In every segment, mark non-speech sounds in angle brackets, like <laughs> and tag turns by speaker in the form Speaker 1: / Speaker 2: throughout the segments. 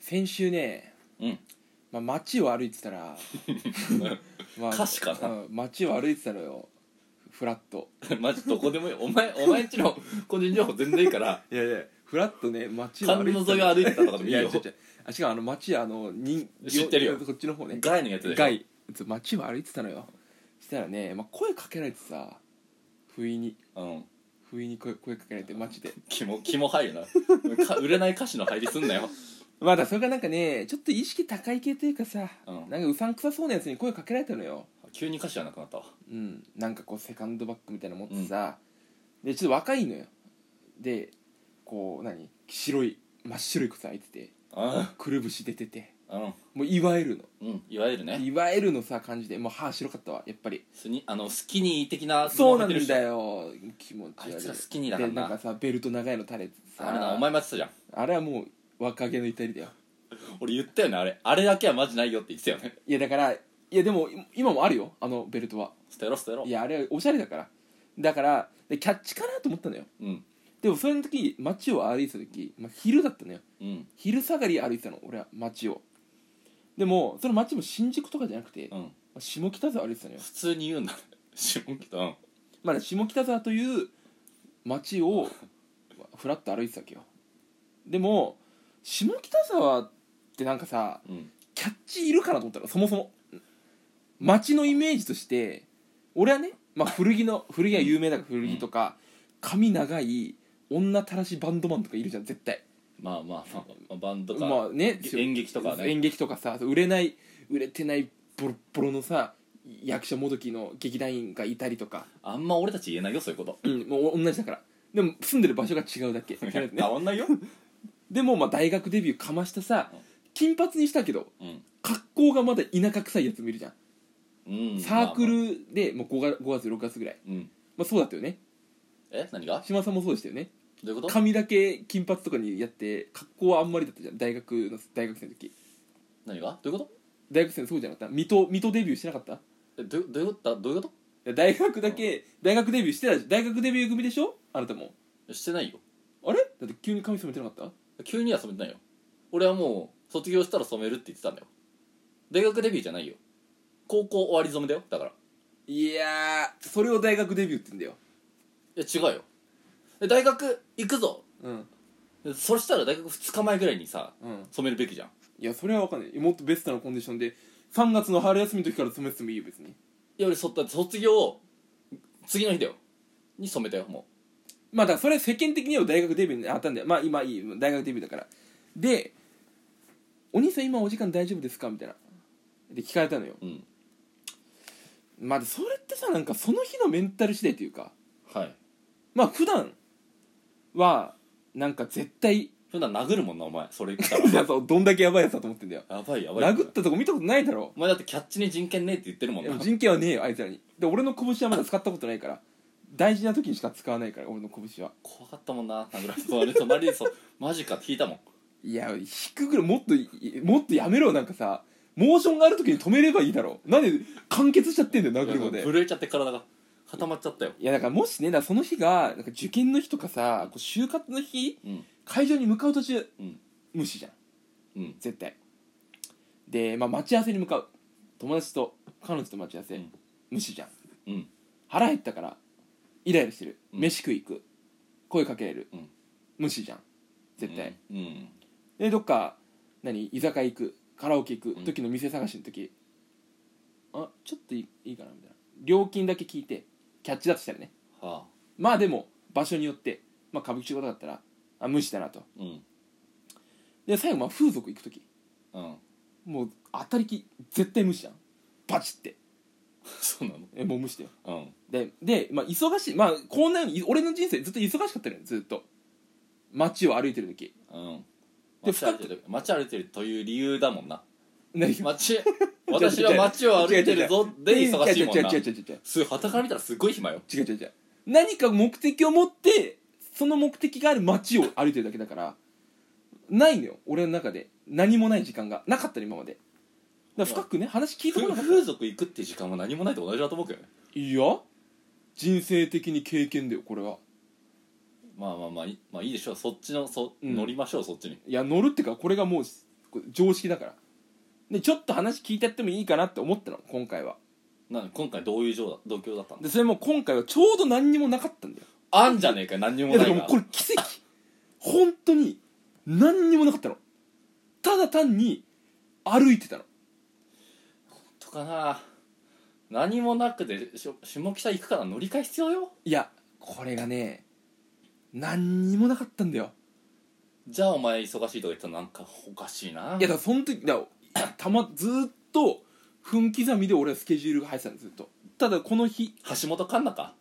Speaker 1: 先週ね、
Speaker 2: うん <laughs>
Speaker 1: まあ、街を歩いてた <laughs> ら、ま
Speaker 2: 歌詞かな
Speaker 1: うん街を歩いてたのよフラッと
Speaker 2: マジどこでもいいお前お前んちの個人情報全然いいから
Speaker 1: いやいやフラッとね街を
Speaker 2: 観
Speaker 1: 歩い
Speaker 2: 音
Speaker 1: て
Speaker 2: 沿いを歩いてたとかでもいい
Speaker 1: や
Speaker 2: よ
Speaker 1: 違う違うあしかもあの街あの人
Speaker 2: 知ってるよ
Speaker 1: こっちの方ね
Speaker 2: ガイのやつでしょ
Speaker 1: 外街を歩いてたのよしたらね、まあ、声かけられてさ不意に
Speaker 2: うん
Speaker 1: 不意に声声かけられて街で
Speaker 2: 肝肝入るなか売れない歌詞の入りすんなよ
Speaker 1: まあだからそれがなんかねちょっと意識高い系というかさ、
Speaker 2: うん
Speaker 1: なんかうさんくさそうなやつに声かけられたのよ
Speaker 2: 急に歌詞はなくなったわ
Speaker 1: うん、なんかこうセカンドバッグみたいなの持ってさ、でちょっと若いのよでこう何白い真っ白い靴履いててくるぶし出てて
Speaker 2: うん
Speaker 1: もういわゆる
Speaker 2: うん、うん、いわゆる
Speaker 1: の
Speaker 2: ね
Speaker 1: いわゆるのさ感じでもう歯白かったわやっぱり
Speaker 2: スニあのスキニー的な
Speaker 1: そうなんだ
Speaker 2: よ
Speaker 1: よ気持ち悪い
Speaker 2: あいつら好きにだから
Speaker 1: で
Speaker 2: な
Speaker 1: なんかさベルト長いの垂れてさ
Speaker 2: あれなお前待ってたじゃん
Speaker 1: あれはもう若気の至りだよ
Speaker 2: 俺言ったよねあれあれだけはマジないよって言ってたよね
Speaker 1: いやだからいやでもい今もあるよあのベルトは
Speaker 2: 捨てろ捨てろ
Speaker 1: いやあれはおしゃれだからだからでキャッチかなと思ったのよ
Speaker 2: うん
Speaker 1: でもその時街を歩いてた時、まあ、昼だったのよ
Speaker 2: うん
Speaker 1: 昼下がり歩いてたの俺は街をでもその街も新宿とかじゃなくて、
Speaker 2: う
Speaker 1: ま
Speaker 2: ん
Speaker 1: あ下北沢歩いてたのよ、
Speaker 2: 普通に言うんだね下北うん
Speaker 1: まあ、下北沢という街をまあふらっと歩いてたわけよでも下北沢ってなんかさ
Speaker 2: うん
Speaker 1: キャッチいるかなと思ったのそもそも街のイメージとして俺はね、まあ、古着の古着は有名だから古着とか、髪長い女たらしバンドマンとかいるじゃん絶対
Speaker 2: まあまあまあ、まあ、バンドか、
Speaker 1: まあね
Speaker 2: 演劇とかね
Speaker 1: 演劇とかさ売れない売れてないボロッボロのさ役者もどきの劇団員がいたりとか、
Speaker 2: あんま俺たち言えないよそういうこと
Speaker 1: うん、もう同じだからでも住んでる場所が違う
Speaker 2: <laughs>
Speaker 1: だけ
Speaker 2: いや変わんないよ、う
Speaker 1: でもまあ大学デビューかましたさ
Speaker 2: うん
Speaker 1: 金髪にしたけど
Speaker 2: ん
Speaker 1: 格好がまだ田舎臭いやつもいるじゃん、
Speaker 2: うん、
Speaker 1: サーク
Speaker 2: まあま
Speaker 1: ルでもう 5, 月5月6月ぐらい、
Speaker 2: あうん、
Speaker 1: まあ、そうだったよね
Speaker 2: え何が
Speaker 1: 島さんもそうでしたよね
Speaker 2: どういうこと
Speaker 1: 髪だけ金髪とかにやって格好はあんまりだったじゃん大学の大学生の時
Speaker 2: 何がどういうこ
Speaker 1: 大学生のそうじゃなかった水戸水戸デビューしてなかった
Speaker 2: とえどどういうことどういうこ
Speaker 1: いや大学だけ大学デビューしてたじゃん大学デビュー組でしょあなたも
Speaker 2: としてないよ
Speaker 1: あれだって急に髪染めてなかっ
Speaker 2: 急には染めてないよ俺はもう卒業したら染めるって言ってたんだよ大学デビューじゃないよ高校終わり染めだよだから
Speaker 1: たいやーそれを大学デビューって言うんだよ
Speaker 2: いや違うよえ大学行くぞ
Speaker 1: うん
Speaker 2: でそしたら大学2日前ぐらいにさ
Speaker 1: うん
Speaker 2: 染めるべきじゃん
Speaker 1: いやそれは分かんないもっとベストなコンディションで3月の春休みの時から染めててもいいよ別に
Speaker 2: いや俺そだって卒業次の日だよに染めたよも
Speaker 1: まあだからそれ世間的には大学デビューにあったんだよまあ今いい大学デビューだからで「お兄さん今お時間大丈夫ですか?」みたいなで聞かれたのよ
Speaker 2: ううん
Speaker 1: まあそれってさなんかその日のメンタル次第というか
Speaker 2: はい
Speaker 1: まあ普段はなんか絶対
Speaker 2: 普段殴るもんなお前そ
Speaker 1: <laughs>
Speaker 2: れ言った
Speaker 1: いやそうどんだけやばいやつだと思ってんだよ
Speaker 2: らやばいやばい
Speaker 1: 殴ったとこ見たことないだろ
Speaker 2: お前だってキャッチに人権ねえって言ってるもん
Speaker 1: で
Speaker 2: な
Speaker 1: も人権はねえよあいつらにで俺の拳はまだ使ったことないから大事な時にしか使わないから俺の拳は
Speaker 2: 怖かったもんな殴られて隣隣でそうマジかって引いたもん
Speaker 1: いや引くぐらいもっといもっとやめろよなんかさモーションがある時に止めればいいだろなんで完結しちゃってんだよ殴るまで
Speaker 2: 震えちゃって体が固まっちゃったよ
Speaker 1: いやだからもしねだからその日がなんか受験の日とかさこう就活の日
Speaker 2: うん
Speaker 1: 会場に向かう途中
Speaker 2: うん
Speaker 1: 無視じゃん
Speaker 2: うん
Speaker 1: 絶対で、まあ、待ち合わせに向かう友達と彼女と待ち合わせ、
Speaker 2: うん
Speaker 1: 無視じゃん
Speaker 2: うん
Speaker 1: 腹減ったからイライラしてる、
Speaker 2: うん
Speaker 1: 飯食い行く声かけられる、
Speaker 2: うん
Speaker 1: 無視じゃん絶対、
Speaker 2: うんうん
Speaker 1: でどっか何居酒屋行くカラオケ行
Speaker 2: う
Speaker 1: く
Speaker 2: ん
Speaker 1: 時の店探しの時、あちょっといいいいかなみたいな料金だけ聞いてキャッチだとしたらね
Speaker 2: はあ
Speaker 1: まあでも場所によって、まあ、歌舞伎町とかだったらあ無視だなと
Speaker 2: うん
Speaker 1: で最後まあ風俗行く時 <laughs>
Speaker 2: うん
Speaker 1: もう当たりき絶対無視じゃんバチって
Speaker 2: そうなの
Speaker 1: えもう無視だよ
Speaker 2: うん
Speaker 1: でで、まあ、忙しいまあこんなように俺の人生ずっと忙しかったのよずっと街を歩いてる時
Speaker 2: うん
Speaker 1: で
Speaker 2: 街歩いてる街歩いてるという理由だも
Speaker 1: <laughs>
Speaker 2: んな
Speaker 1: 何
Speaker 2: 街私は街を歩いてるぞで忙しいもんな
Speaker 1: 違う違う違う違う違う
Speaker 2: すはたから見たらすごい暇よ
Speaker 1: 違う違う違う違う何か目的を持ってその目的がある街を歩いてるだけだからないのよ俺の中で何もない時間がなかったの今までだから深くね話聞いてこ
Speaker 2: ふ
Speaker 1: なかった
Speaker 2: 風俗行くって時間は何もないと同じだと思うけどね
Speaker 1: いや人生的に経験だよこれは
Speaker 2: まあまあまあい,、まあ、いいでしょうそっちのそ
Speaker 1: うん
Speaker 2: 乗りましょう、そっちに
Speaker 1: いや乗るってかこれがもうこれ常識だからでちょっと話聞いてやってもいいかなって思ったの今回は
Speaker 2: なん今回どういう状だ度胸だったんだ
Speaker 1: でそれも今回はちょうど何にもなかったんだよ
Speaker 2: あんじゃねえかよ何に
Speaker 1: い
Speaker 2: も
Speaker 1: やだ
Speaker 2: な
Speaker 1: か
Speaker 2: い
Speaker 1: らもう
Speaker 2: な
Speaker 1: これ奇跡本当に何にもなかったのただ単に歩いてたの
Speaker 2: とかな何もなくてしょ下北行くから乗り換え必要よ
Speaker 1: いやこれがね何にもなかったんだよ
Speaker 2: じゃあお前忙しいとか言ったらなんかおかしいない
Speaker 1: やだからその時だからたまずーっと分刻みで俺はスケジュールが入ってたのずっとただこの日 <laughs>
Speaker 2: 橋本環奈か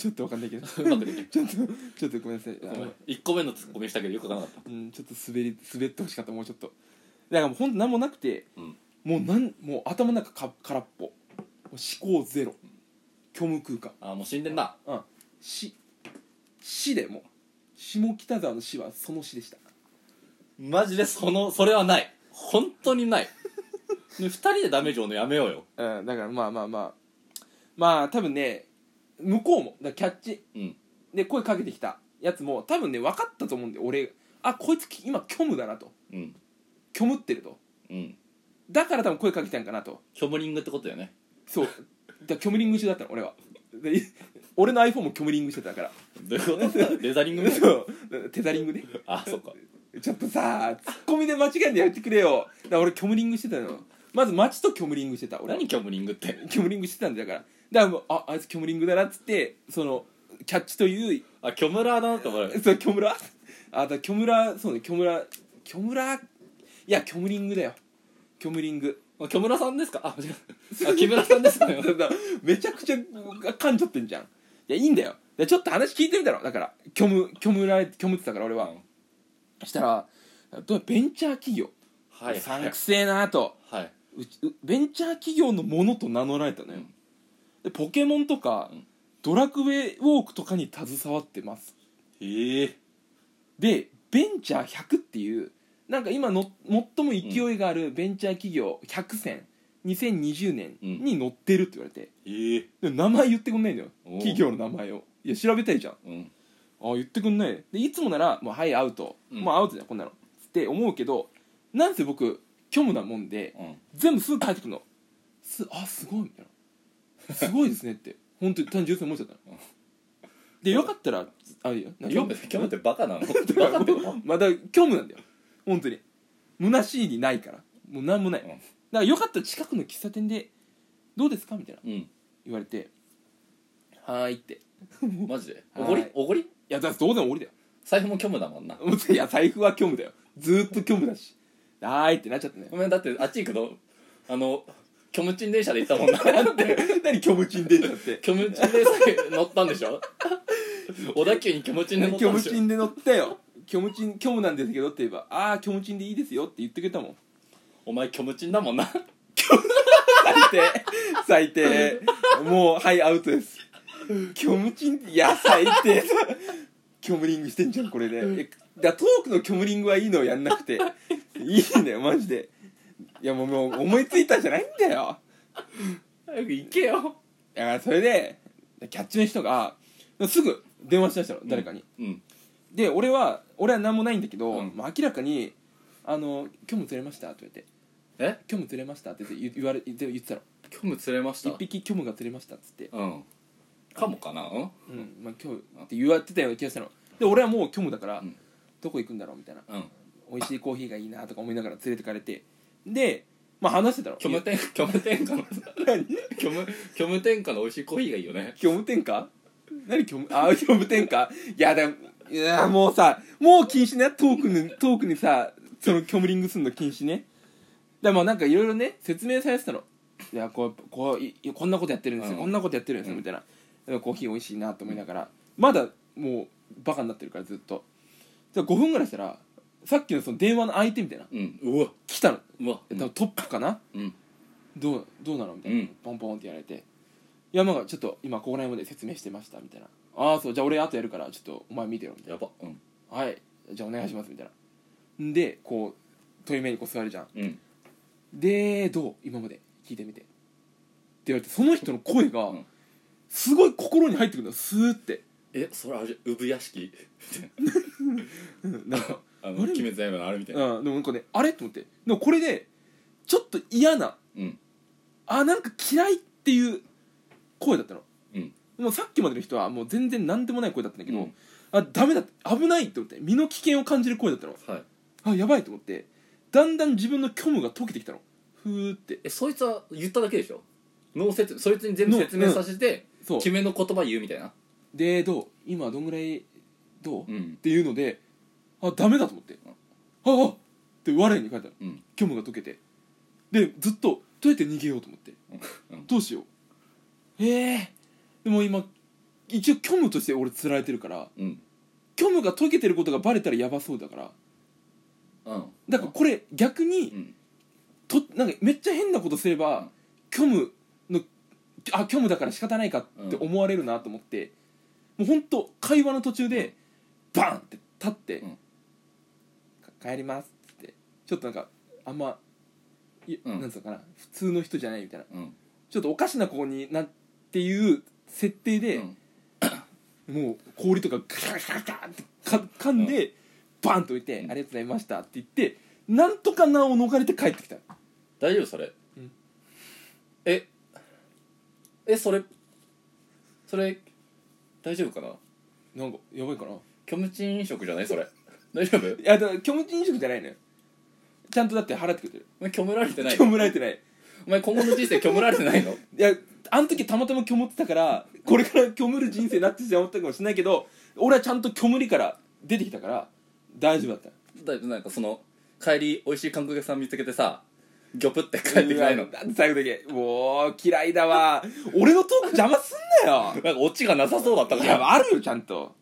Speaker 1: ちょっとわかんないけど <laughs>
Speaker 2: うまくできる
Speaker 1: ちょっとちょっとごめんなさいあの
Speaker 2: 1個目のツッコミしたけどよくわからなかっ
Speaker 1: うん、ちょっと滑り滑ってほしかったもうちょっとだからもうほんと何もなくて、
Speaker 2: うん
Speaker 1: もうなんもう頭の中か空っぽもう思考ゼロ虚無空間
Speaker 2: たあもう死んでんな
Speaker 1: うん死死でもう下北沢の死はその死でした
Speaker 2: マジでそのそれはない本当にないね、2人でダメージをねやめようよ
Speaker 1: うんだからまあまあまあまあ多分ね向こうもだからキャッチ
Speaker 2: うん
Speaker 1: で声かけてきたやつも多分ね分かったと思うんで俺あこいつき今虚無だなと
Speaker 2: うん
Speaker 1: 虚無ってると
Speaker 2: うん
Speaker 1: だから多分声かけたんかなと
Speaker 2: 虚無リングってことだよね
Speaker 1: そうだ虚無リング中だったの俺はで俺の iPhone も虚無リングしてたから
Speaker 2: どういうこ
Speaker 1: <laughs>
Speaker 2: とレザリングみたいな
Speaker 1: そうテザリングね
Speaker 2: あそっか
Speaker 1: ちょっとさツッコミで間違えんでやってくれよだから俺虚無リングしてたのまず街と虚無リングしてた俺は
Speaker 2: 何虚無リングって
Speaker 1: 虚無リングしてたんだからだからもうああいつ虚無リングだなっつってそのキャッチという
Speaker 2: あ虚無ラーだなって思われる
Speaker 1: そう虚無ラあだ虚無ラそうね虚無ラ虚無ラいや虚無リングだよ虚無リング
Speaker 2: あ虚無ラさんですかあ間違えたあ木村さんですね
Speaker 1: <laughs> めちゃくちゃ噛んじゃってんじゃんいやいいんだよでちょっと話聞いてみたのだから虚無虚無ラ虚無ってたから俺はそしたらどうベンチャー企業
Speaker 2: はいは
Speaker 1: さん
Speaker 2: い
Speaker 1: くせえなと
Speaker 2: はいう
Speaker 1: ちうベンチャー企業のものと名乗られたのよ、
Speaker 2: うん
Speaker 1: でポケモンとか、
Speaker 2: うん
Speaker 1: ドラクエウォークとかに携わってます
Speaker 2: へえ
Speaker 1: でベンチャー100っていうなんか今の最も勢いがあるベンチャー企業100選2020年に載ってるって言われて、
Speaker 2: へえ
Speaker 1: で名前言ってくんないのよ
Speaker 2: おう
Speaker 1: 企業の名前をいや調べたいじゃんあ
Speaker 2: うん
Speaker 1: 言ってくんないでいつもなら「もうはいアウト」
Speaker 2: うん
Speaker 1: もうアウトだよこんなの」って思うけどなんせ僕虚無なもんで、
Speaker 2: うん
Speaker 1: 全部すぐ帰ってくるのすあすごいみたいなすごいですねって <laughs> 本当に単純にそう思っちゃったのでよかったらあいいよな
Speaker 2: 虚
Speaker 1: よ
Speaker 2: 無虚無ってバカ <laughs> なのバカってこと
Speaker 1: まだ虚無なんだよ本当に虚しいにないからもうなんもない、
Speaker 2: うん
Speaker 1: だからよかったら近くの喫茶店で「どうですか?」みたいな
Speaker 2: うん
Speaker 1: 言われて「はーい」ってい
Speaker 2: マジで
Speaker 1: は
Speaker 2: お
Speaker 1: い
Speaker 2: ごりおごり
Speaker 1: やだって当然俺だよ <laughs>
Speaker 2: 財布も虚無だもんな
Speaker 1: もういや財布は虚無だよずーっと虚無だし「はーい」ってなっちゃったね
Speaker 2: ごめんだってあっち行くのあの虚無チン電車で行ったもん <laughs> な
Speaker 1: なんで <laughs> 何虚無鎮電車 <laughs> って
Speaker 2: 虚無チン電車に乗ったんでしょ小田急に虚無チンで乗った
Speaker 1: 虚
Speaker 2: ん
Speaker 1: 無
Speaker 2: でしょ
Speaker 1: 賃で乗ったよ <laughs> 虚無賃虚無なんですけどって言えば「ああ虚無賃でいいですよ」って言ってくれたもん
Speaker 2: お前虚無チンだもんな
Speaker 1: <laughs> 最低最低もうはいアウトです虚無賃っていや最低 <laughs> だ虚無リングしてんじゃんこれで、えだトークの虚無リングはいいのをやんなくていいんだよマジでいやもうもう思いついたんじゃないんだよ
Speaker 2: 早く行けよ
Speaker 1: だからそれでキャッチの人がすぐ電話しだしたの誰かに、
Speaker 2: うん
Speaker 1: で俺は俺は何もないんだけど、
Speaker 2: うん
Speaker 1: まあ、明らかに「あの今日も釣れました」と言って
Speaker 2: え
Speaker 1: 「今日も釣れました」って言って言言われ言って言ってたの
Speaker 2: 虚無釣れま
Speaker 1: 「
Speaker 2: した
Speaker 1: 一匹虚無が釣れました」っつって
Speaker 2: うんかもかなうん
Speaker 1: 「うんまあ、今日」って言われてたような気がしたので俺はもう虚無だから、
Speaker 2: うん
Speaker 1: どこ行くんだろうみたいな
Speaker 2: うん
Speaker 1: 美味しいコーヒーがいいなとか思いながら連れてかれてでまあ話してたの
Speaker 2: 虚無天虚無天下の
Speaker 1: 何
Speaker 2: 虚無虚無天下の美味しいコーヒーがいいよね
Speaker 1: 虚無転換何虚無あー虚無転換いやでもいやもうさもう禁止ねトークにトークにさその虚無リングすんの禁止ねだからまあなんかいろいろね説明されてたのいやこうこういこんなことやってるんですよ、
Speaker 2: うん
Speaker 1: こんなことやってるんですよ、
Speaker 2: うん
Speaker 1: みたいなでもコーヒー美味しいなと思いながらまだもうバカになってるからずっとじゃ5分ぐらいしたらさっきのその電話の相手みたいな
Speaker 2: うんうわ
Speaker 1: 来たの、
Speaker 2: うわ
Speaker 1: 多分トップかな
Speaker 2: うん
Speaker 1: どうどうなのみたいな、
Speaker 2: うん
Speaker 1: ポンポンってやられて「いやまあちょっと今ここら辺まで説明してました」みたいな「ああそうじゃあ俺後やるからちょっとお前見てよ」みたい
Speaker 2: やばうん
Speaker 1: な「はいじゃあお願いします」みたいなんでこう遠い目にこう座るじゃん
Speaker 2: うん
Speaker 1: 「でどう今まで聞いてみて」って言われてその人の声が
Speaker 2: うん
Speaker 1: すごい心に入ってくるんだスーって
Speaker 2: えそれあれ産屋敷 <laughs>
Speaker 1: なんか
Speaker 3: あの
Speaker 1: あれ
Speaker 3: 鬼滅の刃のあれみたいな
Speaker 1: うんでもなんかねあれと思ってでもこれでちょっと嫌な
Speaker 3: うん
Speaker 1: あなんか嫌いっていう声だったの、
Speaker 3: うん
Speaker 1: もうさっきまでの人はもう全然何でもない声だったんだけど、
Speaker 3: うん
Speaker 1: あダメだって危ないって思って身の危険を感じる声だったの
Speaker 3: はい
Speaker 1: あやばいと思ってだんだん自分の虚無が解けてきたのふーって
Speaker 2: えそいつは言っただけでしょ脳説そいつに全部説明させて、
Speaker 1: そう
Speaker 2: 決めの言葉言うみたいな
Speaker 1: でどう今どんぐらいどう、っ
Speaker 3: うん
Speaker 1: ていうのであダメだと思ってああって我に書いたの
Speaker 3: うん
Speaker 1: 虚無が解けてでずっとどうやって逃げようと思って
Speaker 3: うん
Speaker 1: どうしようええでも今一応虚無として俺釣られてるから
Speaker 3: うん
Speaker 1: 虚無が解けてることがバレたらやばそうだから
Speaker 3: うん
Speaker 1: だからこれ逆
Speaker 3: う
Speaker 1: に
Speaker 3: ん
Speaker 1: となんかめっちゃ変なことすれば虚無のあ虚無だから仕方ないかって思われるなと思って、もうほんと会話の途中でバーンって立って
Speaker 3: うん
Speaker 1: 「か帰ります」ってちょっとなんかあんま、い
Speaker 3: うん
Speaker 1: なんつうのかな普通の人じゃないみたいな
Speaker 3: うん
Speaker 1: ちょっとおかしな子になっていう設定で、
Speaker 3: うん
Speaker 1: もう氷とかガシャガシャガシャってか噛んで、バンと置いて、
Speaker 3: うん
Speaker 1: ありがとうございました」って言ってなんとか難を逃れて帰ってきた
Speaker 2: 大丈夫それ、
Speaker 1: うん
Speaker 2: ええそれそれ大丈夫かな
Speaker 1: なんかやばいかない
Speaker 2: 虚無鎮飲食じゃないそれ大丈夫
Speaker 1: やだから虚無飲食じゃないのよちゃんとだって払ってくれてる
Speaker 2: お前虚無られてない
Speaker 1: 虚無られてない
Speaker 2: お前今後の人生虚無られてないの
Speaker 1: いやあの時たまたま虚無ってたからこれから虚無る人生になってしまったかもしれないけど俺はちゃんと虚無りから出てきたから大丈夫だった
Speaker 2: だいぶなんかその帰り美味しい韓国屋さん見つけてさギョプって帰ってき
Speaker 1: う
Speaker 2: な
Speaker 1: わ
Speaker 2: いの
Speaker 1: んで最後だけもう嫌いだわ俺のトーク邪魔すんなよ
Speaker 2: なんかオチがなさそうだったか
Speaker 1: いや
Speaker 2: ら
Speaker 1: あるよちゃんと